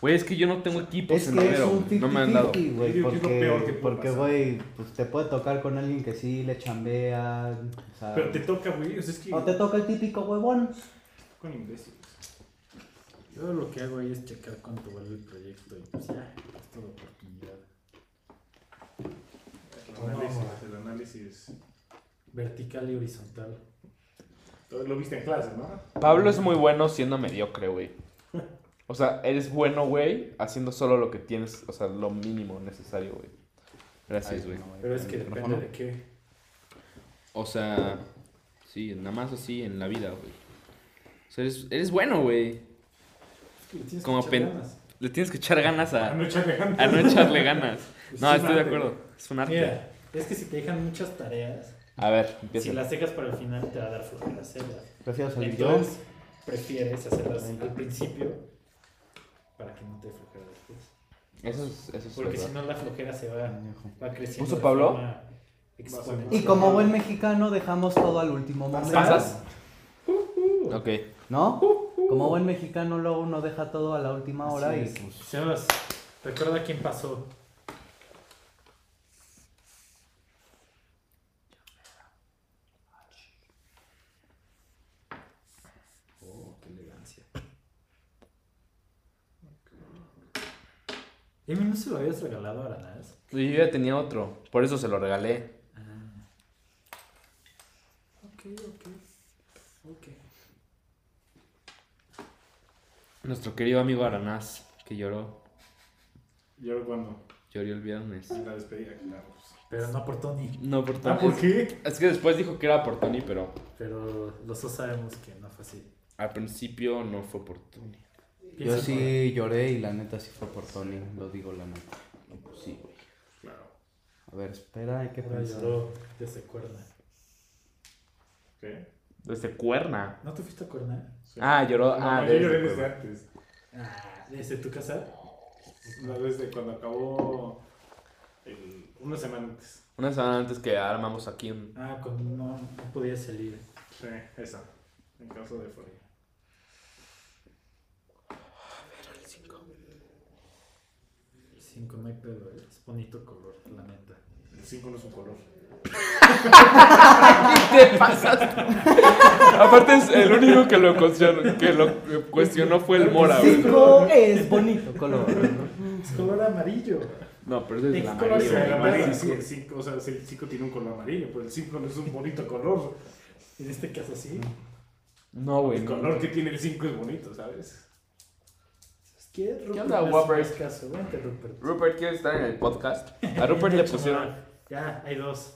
S1: Güey, es que yo no tengo equipos
S2: Es
S1: en
S2: que es
S1: Madero,
S2: un
S1: güey. No me han dado.
S2: 50-50,
S3: Yo
S2: güey,
S3: digo que es lo peor
S2: porque,
S3: que puede
S2: porque,
S3: pasar.
S2: güey, pues te puede tocar con alguien que sí le chambea, o sea,
S3: Pero te toca, güey. O sea, es que...
S2: o te toca el típico huevón.
S3: Con imbéciles.
S4: Yo lo que hago ahí es checar cuánto vale el proyecto y pues ya, es toda oportunidad.
S3: análisis,
S4: No.
S3: el análisis.
S4: Vertical y horizontal.
S3: Lo viste en clase, ¿no?
S1: Pablo es muy bueno siendo mediocre, güey. O sea, eres bueno, güey, haciendo solo lo que tienes, o sea, lo mínimo necesario, güey. Gracias, güey.
S4: Pero es que depende de qué.
S1: O sea, sí, nada más así en la vida, güey. O sea, eres, eres bueno, güey.
S4: Es que le tienes que
S1: Como
S4: echar
S1: pen-
S4: ganas.
S1: Le tienes que echar ganas a,
S3: Ah, no echarle ganas.
S1: a no echarle ganas.
S4: Es
S1: No,
S4: un
S1: estoy de
S4: arte,
S1: acuerdo.
S4: güey.
S1: Es un arte.
S4: Mira, es que si te dejan muchas tareas,
S1: A ver,
S4: si
S1: empieza.
S4: las dejas para el final te va a dar flojera hacerlas.
S2: Prefiero salir yo.
S4: Entonces, prefieres hacerlas al principio para que no te dé flojera después.
S1: Eso es, eso es
S4: Porque
S1: verdad.
S4: si no la flojera se va, va creciendo.
S1: ¿Puso
S4: de
S1: Pablo?
S4: forma exponencial.
S2: Y como buen mexicano dejamos todo al último momento.
S1: ¿Pasas? Ok.
S2: ¿No?
S3: Uh,
S2: Como buen mexicano luego uno deja todo a la última hora
S4: Así
S2: y
S4: es.
S2: pues...
S4: Sebas, recuerda quién pasó. Oh, qué elegancia. Emi, ¿no se lo habías regalado a Aranás?
S1: Yo ya tenía otro, por eso se lo regalé.
S4: Ah. Ok, ok. Ok.
S1: Nuestro querido amigo Aranás, que lloró.
S3: Y ahora cuando
S1: Lloró el viernes.
S3: la despedida, claro. pues.
S4: Pero no por Tony.
S1: No, por
S3: Ah,
S1: Tony.
S3: ¿por qué?
S1: Es que después dijo que era por Tony, pero
S4: Pero los dos sabemos que no fue así.
S1: al principio no fue por Tony.
S2: Yo
S4: Piensa en-
S2: sí lloré y la neta sí fue por Tony, lo digo la neta. No, pues sí, güey.
S3: Claro.
S2: A ver, espera, hay que
S4: Ahora
S2: pensar.
S4: lloró desde cuerda.
S3: ¿Qué?
S1: Desde Pues cuerna.
S4: ¿No te fuiste a cuerda?
S3: Sí.
S1: Ah, lloró.
S3: No,
S1: ah,
S3: yo
S1: desde
S3: lloré desde
S1: Cuerna.
S3: antes.
S4: Ah, ¿Desde tu casa?
S3: No, desde cuando acabó. el- una semana antes.
S1: Una semana antes que armamos aquí un...
S4: Ah, cuando no, no podía salir.
S3: Sí, esa. En caso de Florida.
S4: Cinco, no hay pedo, eh. es bonito color, la neta.
S3: El 5 no es un color.
S1: ¿Te pasas? Aparte, es el único que lo cuestionó, que lo cuestionó fue el Mora, güey.
S2: Cinco es bonito color.
S1: Mm.
S4: Es color amarillo.
S1: No, pero ese es
S4: ¿De
S1: el
S4: qué
S3: O
S4: color
S1: amarillo.
S4: es
S3: sea, el
S1: güey.
S3: amarillo, sí, el cinco, o sea, el 5 tiene un color amarillo, pero el 5 no es un bonito color.
S4: En este caso sí.
S1: Mm. No, güey.
S3: El
S1: no.
S3: color que tiene el 5 es bonito, ¿sabes?
S4: Es que Rupert
S1: onda,
S4: hace
S1: Whopper?
S4: más caso. Vente, Rupert.
S1: Rupert quiere estar en el podcast. A Rupert le pusieron...
S4: Ya, hay dos.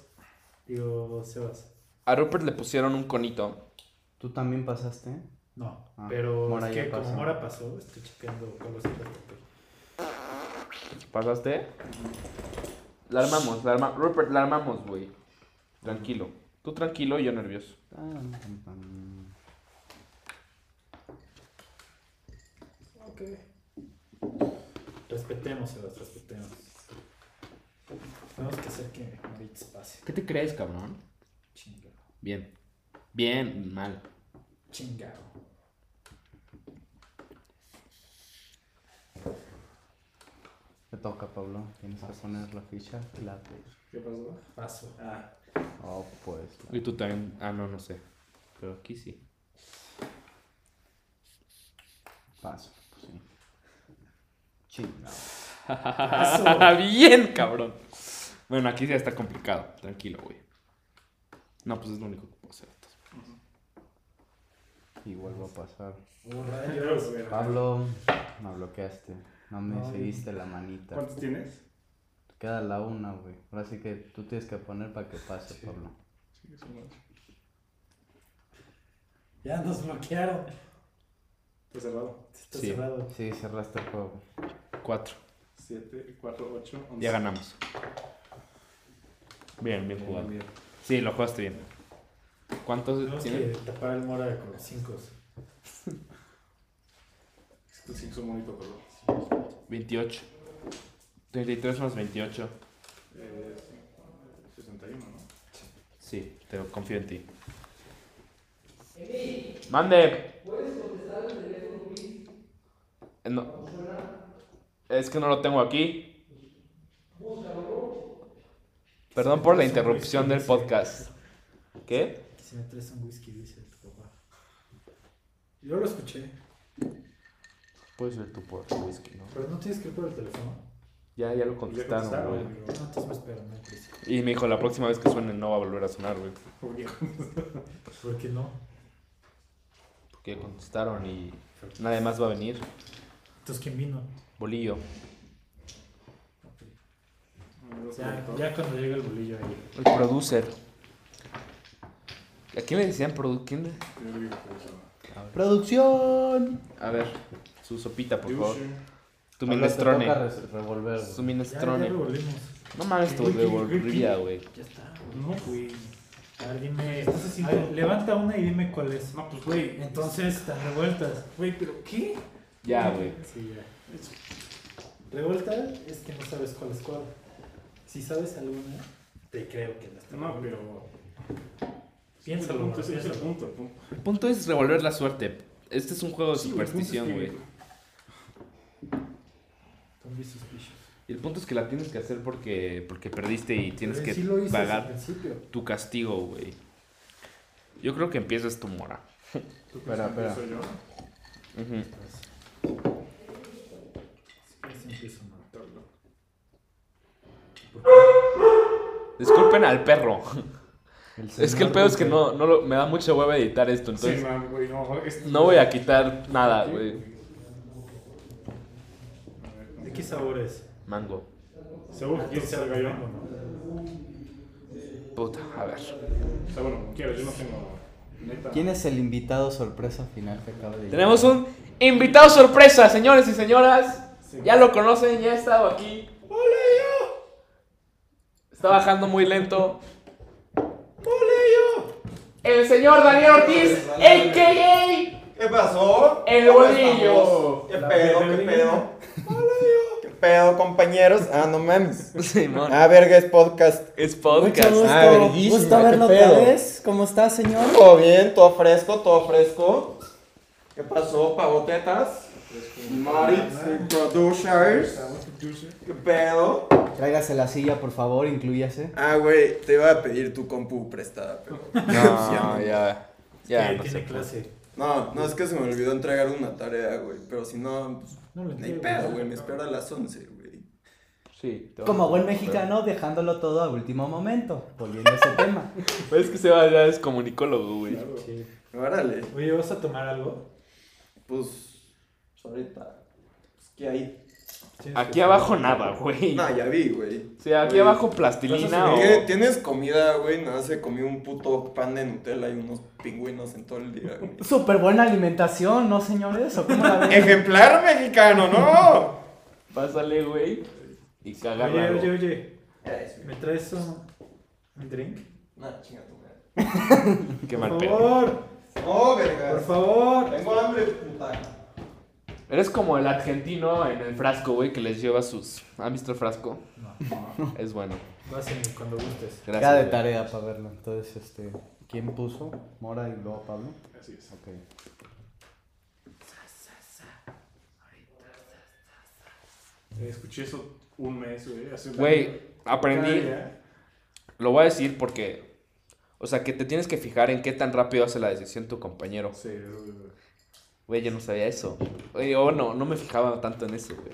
S4: Digo, Sebas.
S1: A Rupert le pusieron un conito.
S2: ¿Tú también pasaste?
S4: No,
S2: Ah,
S4: pero
S2: Mora
S4: es
S2: ya
S4: que como
S2: pasó.
S4: Mora pasó, estoy chequeando colores de papel.
S1: ¿Pasaste? La armamos, la armamos. Rupert, la armamos, güey. Tranquilo. Tú tranquilo y yo nervioso.
S2: Tan, tan, tan.
S4: Ok. Respetemos, Sebas, respetemos. Tenemos que hacer que Moritz pase.
S1: ¿Qué te crees, cabrón?
S4: Chingado.
S1: Bien. Bien, mal.
S4: Chingado.
S2: Te toca, Pablo. Tienes que poner la ficha. La...
S3: ¿Qué pasó?
S4: Paso.
S3: Ah,
S2: Oh, pues.
S1: Y tú también. Ah, no, no sé. Pero aquí sí.
S2: Paso. pues sí. Chingado.
S1: Bien, cabrón. Bueno, aquí ya está complicado. Tranquilo, güey. No, pues es lo único que puedo hacer.
S2: Y vuelvo a pasar.
S4: Uh,
S3: yo
S4: rayos.
S3: lo sé.
S2: Pablo, me bloqueaste. No me
S4: Ay.
S2: seguiste la manita.
S3: ¿Cuántos tienes?
S2: Te Queda la una, güey. Ahora sí que tú tienes que poner para que pase, Pablo.
S3: Sí, son ocho.
S4: Ya nos bloquearon.
S3: Está cerrado.
S4: Está
S1: Sí.
S4: cerrado.
S2: Sí, cerraste el juego.
S1: Cuatro.
S3: 7, 4, 8, 11.
S1: Ya ganamos. Bien, bien jugado. Sí, lo jugaste bien. ¿Cuántos
S4: Tenemos
S1: tienes?
S4: que tapar el Mora con los cinco.
S3: Es que el 5 es un bonito color.
S1: 28. 33 más 28.
S3: Eh, 61, ¿no?
S1: Sí, te confío en ti. ¡Mande! Eh, No. Es que no lo tengo aquí. Perdón por la interrupción del podcast. ¿Qué?
S4: Que si me traes un whisky, dice tu papá. Yo lo escuché.
S1: Puedes ver tu por whisky, ¿no?
S4: Pero no tienes que ir por el teléfono.
S1: Ya, ya lo
S3: Ya
S1: contestaron,
S3: contestaron,
S1: güey.
S3: amigo.
S4: No, entonces me espero, no hay prisa.
S1: Y me dijo, la próxima vez que suene no va a volver a sonar, güey.
S3: ¿Por qué?
S4: ¿Por qué no?
S1: Porque contestaron y nadie más va a venir.
S4: Entonces, ¿quién vino?
S1: Bolillo.
S4: Ya, ya cuando llega el bolillo ahí.
S1: El producer. ¿A quién le decían produ quién le-
S3: Yo digo que eso no.
S2: ¡Producción!
S1: A ver, su sopita, por favor.
S3: Dusher.
S1: Tu
S2: Ahora te toca
S1: minestrone.
S2: re- revolver. güey.
S1: Su
S4: Ya, ya
S1: minestrone.
S4: revolvimos.
S1: No mames, tu
S3: Uy, qué
S1: revolvería, güey.
S4: Ya está.
S3: No, güey.
S4: A ver, dime.
S3: Estás haciendo-
S4: a ver, levanta una y dime cuál es.
S3: No, pues, güey.
S4: Entonces, están revueltas.
S3: Güey, pero ¿qué?
S1: Ya, güey.
S4: Sí, ya. Revuelta es que no sabes cuál es cuál. Si sabes alguna, te creo que la está.
S3: No,
S4: revuelta.
S3: pero.
S4: Piénsalo,
S3: El punto es ese
S4: piénsalo.
S3: punto. el punto.
S1: El punto es revolver la suerte. Este es un juego de
S3: Sí, güey, el punto es
S1: superstición,
S3: que-
S1: güey.
S4: Don't be suspicious.
S1: Y el punto es que la tienes que hacer porque, porque perdiste y tienes
S4: Pero
S1: que
S4: sí lo hice desde el
S1: pagar
S4: principio.
S1: tu castigo, güey. Yo creo que empiezas tu mora.
S3: ¿Tú
S2: Espera,
S3: crees que
S2: espera.
S3: soy yo?
S1: Ujú.
S4: pues. Si quieres, empiezo, ¿no?
S3: Tablo.
S1: Disculpen al perro. Es
S2: señor
S1: que el pedo es que
S2: Duque.
S1: no, no lo- me da mucha hueva editar esto, entonces
S3: Sí, man, güey, no, es-
S1: no voy a quitar nada, güey.
S4: ¿De qué sabor es?
S1: Mango.
S3: Seguro que
S4: Ah, tú
S3: quieres que salga
S4: sabes,
S3: yo.
S4: ¿no?
S1: Puta, a ver.
S3: O sea, bueno, como quieras, yo no tengo. Neta.
S2: ¿Quién es el invitado sorpresa final que acaba de llegar?
S1: Tenemos un invitado sorpresa, señores y señoras.
S3: Sí.
S1: Ya lo conocen, ya ha estado aquí. ¡Hola yo! Está bajando muy lento. ¡Hola yo! El señor Daniel Ortiz, a.k.a.
S6: ¿Qué pasó?
S1: El
S6: ¿Cómo
S1: bolillo.
S6: estamos? ¿Qué pedo? ¿Qué pedo? Hola, yo. ¿Qué pedo, compañeros? Ah, no mames.
S1: Simón.
S6: Ah, verga, es podcast.
S1: Es
S2: Mucho
S1: podcast.
S2: gusto.
S6: Ah, verguísima,
S2: gusto
S6: qué
S2: verlo otra
S6: pedo.
S2: vez. ¿Cómo está, señor?
S6: Todo bien, todo fresco, todo fresco. ¿Qué pasó, pavotetas? Maritz y Producers. ¿Qué pedo?
S2: Tráigase la silla, por favor, incluyase.
S6: Ah, güey, te iba a pedir tu compu prestada, pero.
S1: No, ya. Ya,
S4: Eh,
S1: no
S4: tiene
S1: sé.
S4: clase.
S6: No, no, es que se me olvidó entregar una tarea, güey. Pero si no, pues,
S4: No le
S6: ni
S4: entiendo.
S6: pedo, güey. Me espero a las 11, güey.
S1: Sí, te
S2: Como
S1: vas a-
S2: buen mexicano, dejándolo todo a último momento. Volviendo a ese tema.
S1: Pero Es que se va ya es comunicólogo, güey.
S4: Sí.
S6: Órale.
S4: Oye, ¿vas a tomar algo?
S6: Pues, ahorita. Pues, ¿Qué hay?
S4: Tienes
S1: Aquí
S4: que-
S1: abajo nada, güey.
S6: No, ya vi, güey.
S1: O sea, aquí
S6: Güey.
S1: abajo plastilina o...
S6: Oye, Tienes comida, güey. Nada, se comió un puto pan de Nutella y unos pingüinos en todo el día, güey.
S2: Súper buena pues. alimentación, ¿no, señores? ¿O cómo la ven?
S6: ¡Ejemplar mexicano, no!
S1: Pásale, güey. Y
S4: Oye,
S1: cagarla.
S4: oye,
S1: güey.
S4: oye. ¿Me traes un, un drink?
S6: No, chinga tu madre.
S1: Qué mal
S4: Por
S1: pedo.
S4: favor,
S6: Oh,
S4: por
S6: verga.
S4: favor.
S6: Tengo hambre, puta.
S1: Eres como el argentino en el frasco, güey, que les lleva sus... ¿Han visto el frasco?
S4: No,
S1: Es bueno.
S4: lo hacen cuando gustes.
S1: Gracias.
S2: Queda de
S1: güey.
S2: tarea para verlo. Entonces, este. ¿Quién puso? Mora y luego Pablo.
S3: Así es.
S2: Ok.
S3: Eh, Escuché eso un mes, güey. hace un año.
S1: Güey, aprendí...
S3: Cada día.
S1: Lo voy a decir porque... O sea, que te tienes que fijar en qué tan rápido hace la decisión tu compañero.
S3: Sí, eso, güey, güey.
S1: Güey, yo no sabía eso. Güey, oh, no, no me fijaba tanto en eso, güey.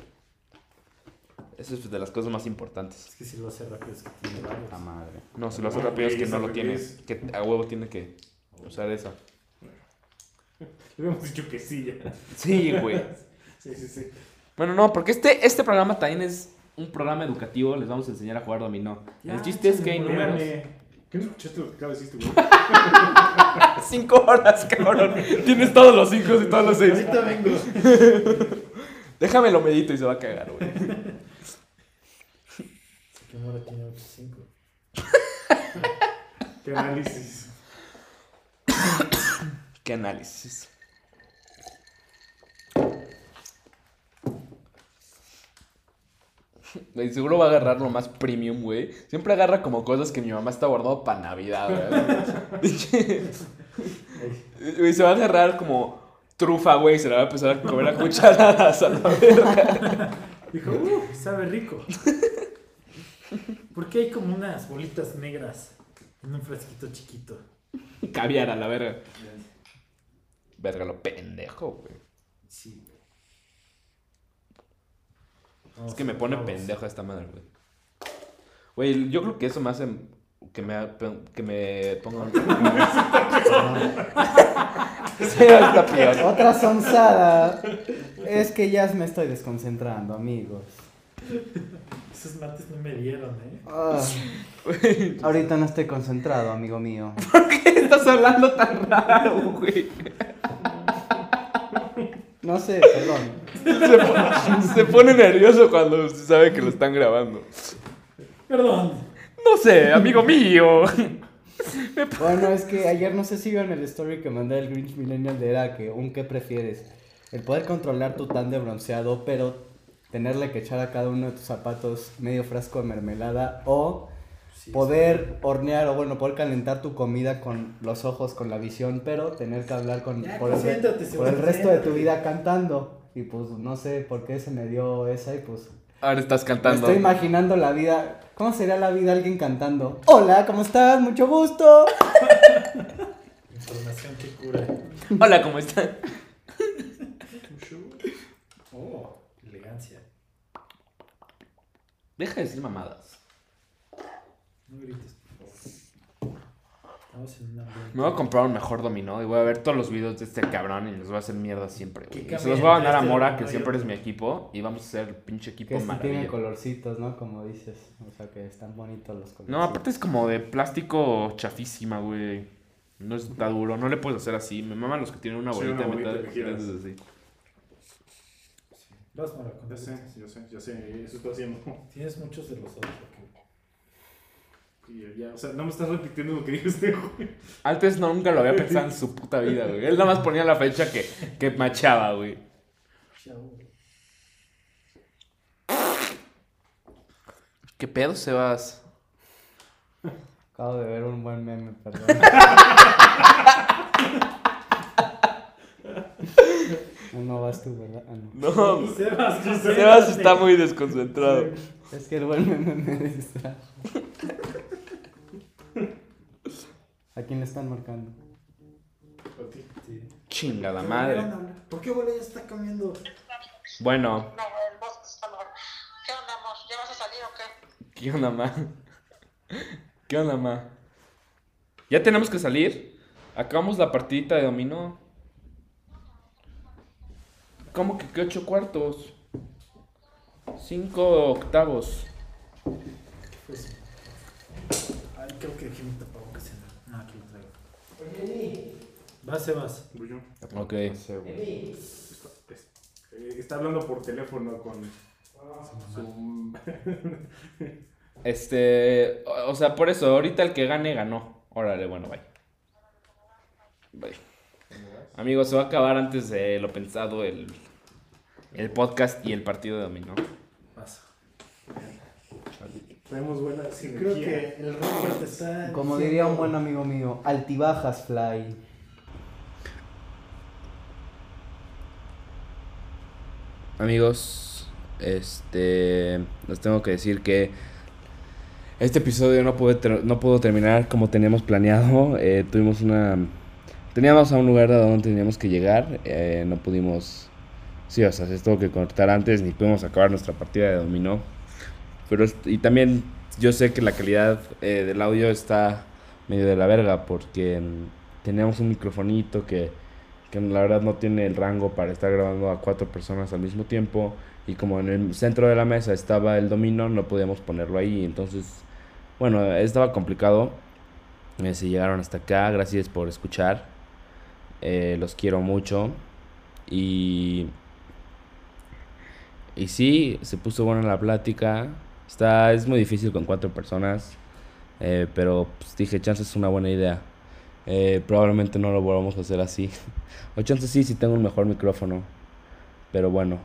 S1: Eso es de las cosas más importantes.
S4: Es que si lo hace rápido es que tiene varios.
S2: La madre.
S1: No, si lo hace
S3: Ay,
S1: rápido es que
S3: esa
S1: no lo tiene.
S3: feliz.
S1: Que a huevo tiene que usar esa.
S3: Le habíamos dicho que sí ya.
S1: Sí, güey.
S3: Sí, sí, sí.
S1: Bueno, no, porque este, este programa también es un programa educativo. Les vamos a enseñar a jugar dominó. El chiste es que hay números.
S3: ¿Qué no escuchaste lo que acabas de decir, güey?
S1: Cinco horas, cabrón. Tienes todos los cinco y todos los seis.
S4: Ahorita vengo.
S1: Déjame lo medito y se va a cagar, güey.
S4: ¿Qué mora tiene 85?
S3: Qué análisis.
S1: Qué análisis. Güey, seguro va a agarrar lo más premium, güey. Siempre agarra como cosas que mi mamá está guardando para Navidad, güey. Pinche- Güey, se va a agarrar como trufa, güey. y Se la va a empezar a comer a cucharadas a la verga.
S4: Dijo, uh, sabe rico. ¿Por qué hay como unas bolitas negras en un frasquito chiquito?
S1: Caviar a la verga. Verga, lo pendejo, güey.
S4: Sí, güey.
S1: Es que me pone pendejo esta madre, güey. Güey, yo creo que eso me hace que me, ha- que me ponga un... Sí, está peor.
S2: Otra sonzada. Es que ya me estoy desconcentrando, amigos.
S4: Esos mates no me dieron, ¿eh?
S2: Ah, ahorita no estoy concentrado, amigo mío.
S1: Estás hablando tan raro, güey.
S2: No sé, perdón.
S1: Se pone, se pone nervioso cuando se sabe que lo están grabando.
S4: Perdón.
S1: No sé, amigo mío.
S2: Bueno, es que ayer no sé si vieron el story que mandé el Grinch Millennial de era que un qué prefieres. El poder controlar tu tan de bronceado, pero tenerle que echar a cada uno de tus zapatos medio frasco de mermelada o poder hornear o bueno, poder calentar tu comida con los ojos, con la visión, pero tener que hablar con
S4: Ya,
S2: por, el, re-
S4: siéntate, si
S2: por
S4: vas
S2: el
S4: a
S2: resto de
S4: hacer.
S2: tu vida cantando. Y pues no sé por qué se me dio esa y pues
S1: Ahora estás
S2: me
S1: cantando.
S2: estoy imaginando la vida. ¿Cómo sería la vida de alguien cantando? Hola, ¿cómo estás? Mucho gusto.
S4: Información que cura.
S1: Hola, ¿cómo están?
S4: Oh, elegancia.
S1: Deja de decir mamadas.
S4: No grites, por favor. Estamos en un ambiente.
S1: Me voy a comprar un mejor dominó y voy a ver todos los videos de este cabrón y les voy a hacer mierda siempre, güey.
S4: ¿Qué
S1: Y Se los voy a mandar
S4: cambia
S1: a
S4: entre este
S1: Mora,
S4: dominó
S1: que
S4: y
S1: siempre
S4: otro?
S1: es mi equipo, y vamos a hacer el pinche equipo
S2: Que sí tiene
S1: maravilloso.
S2: colorcitos, ¿no? Como dices. O sea, que están bonitos los colores.
S1: No, aparte es como de plástico chafísima, güey. No está duro, no le puedes hacer así. Me maman los que tienen una
S7: Sí,
S1: bolita
S7: una
S1: de
S7: bolita
S1: metal.
S7: que giras.
S1: entonces, así.
S4: Vas, Mara, con
S7: Ya sé,
S4: gusto.
S7: yo sé, yo sé, eso está haciendo.
S4: Tienes muchos de los otros. ok.
S7: Y ya, o sea, no me estás repitiendo lo que dijo este güey.
S1: Antes no, nunca lo había pensado en su puta vida, güey. Él nada más ponía la fecha que, que machaba, güey.
S4: Chao.
S1: ¿Qué pedo, Sebas?
S2: Acabo de ver un buen meme, perdón. Ah, No, no vas tú, ¿verdad? Ah, no.
S1: No, güey.
S4: Sebas,
S1: Sebas está muy desconcentrado.
S2: Es que el buen meme me distrae. ¿A quién le están marcando?
S7: A ti.
S1: Chinga la madre.
S4: ¿Por qué bola ya está cambiando?
S1: Bueno,
S5: No, güey, el bosque está mejor. ¿Qué onda, amor? ¿Ya vas a salir o qué?
S1: ¿qué onda, ma? ¿Qué onda, ma? ¿Ya tenemos que salir? Acabamos la partidita de dominó. ¿Cómo que qué ocho cuartos? Cinco octavos.
S4: Pues, Ay, creo que dejé mi tapabocas en la- No, aquí lo traigo. Va, Sebas.
S7: Voy yo.
S1: Ok.
S7: Está, es- eh, está hablando por teléfono con
S4: Ah,
S7: su.
S1: Este, o o sea, por eso, ahorita el que gane, ganó. Órale, bueno, bye. Bye. Amigos, se va a acabar antes de lo pensado el, el podcast y el partido de dominó.
S4: Vas.
S7: Tenemos buena
S4: Creo que el Robert está.
S2: Como
S4: diciendo-
S2: diría un buen amigo mío, altibajas, Fly.
S1: Amigos, este, les tengo que decir que este episodio no pude ter- no pudo terminar como teníamos planeado. Eh, tuvimos una, teníamos a un lugar a donde teníamos que llegar. eh, no pudimos, sí, o sea, se tuvo que cortar antes ni pudimos acabar nuestra partida de dominó. Pero es- y también yo sé que la calidad eh, del audio está medio de la verga porque mm, teníamos un microfonito que que la verdad no tiene el rango para estar grabando a cuatro personas al mismo tiempo. Y como en el centro de la mesa estaba el dominó, no podíamos ponerlo ahí. Entonces, bueno, estaba complicado. Eh, si llegaron hasta acá, gracias por escuchar. Eh, los quiero mucho. Y. Y sí, se puso buena la plática. Está, es muy difícil con cuatro personas. eh, pero pues, dije, chance es una buena idea. Eh, probablemente no lo volvamos a hacer así. O chance sí, si tengo un mejor micrófono. Pero bueno.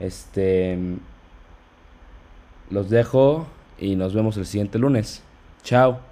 S1: Este. Los dejo y nos vemos el siguiente lunes. Chao.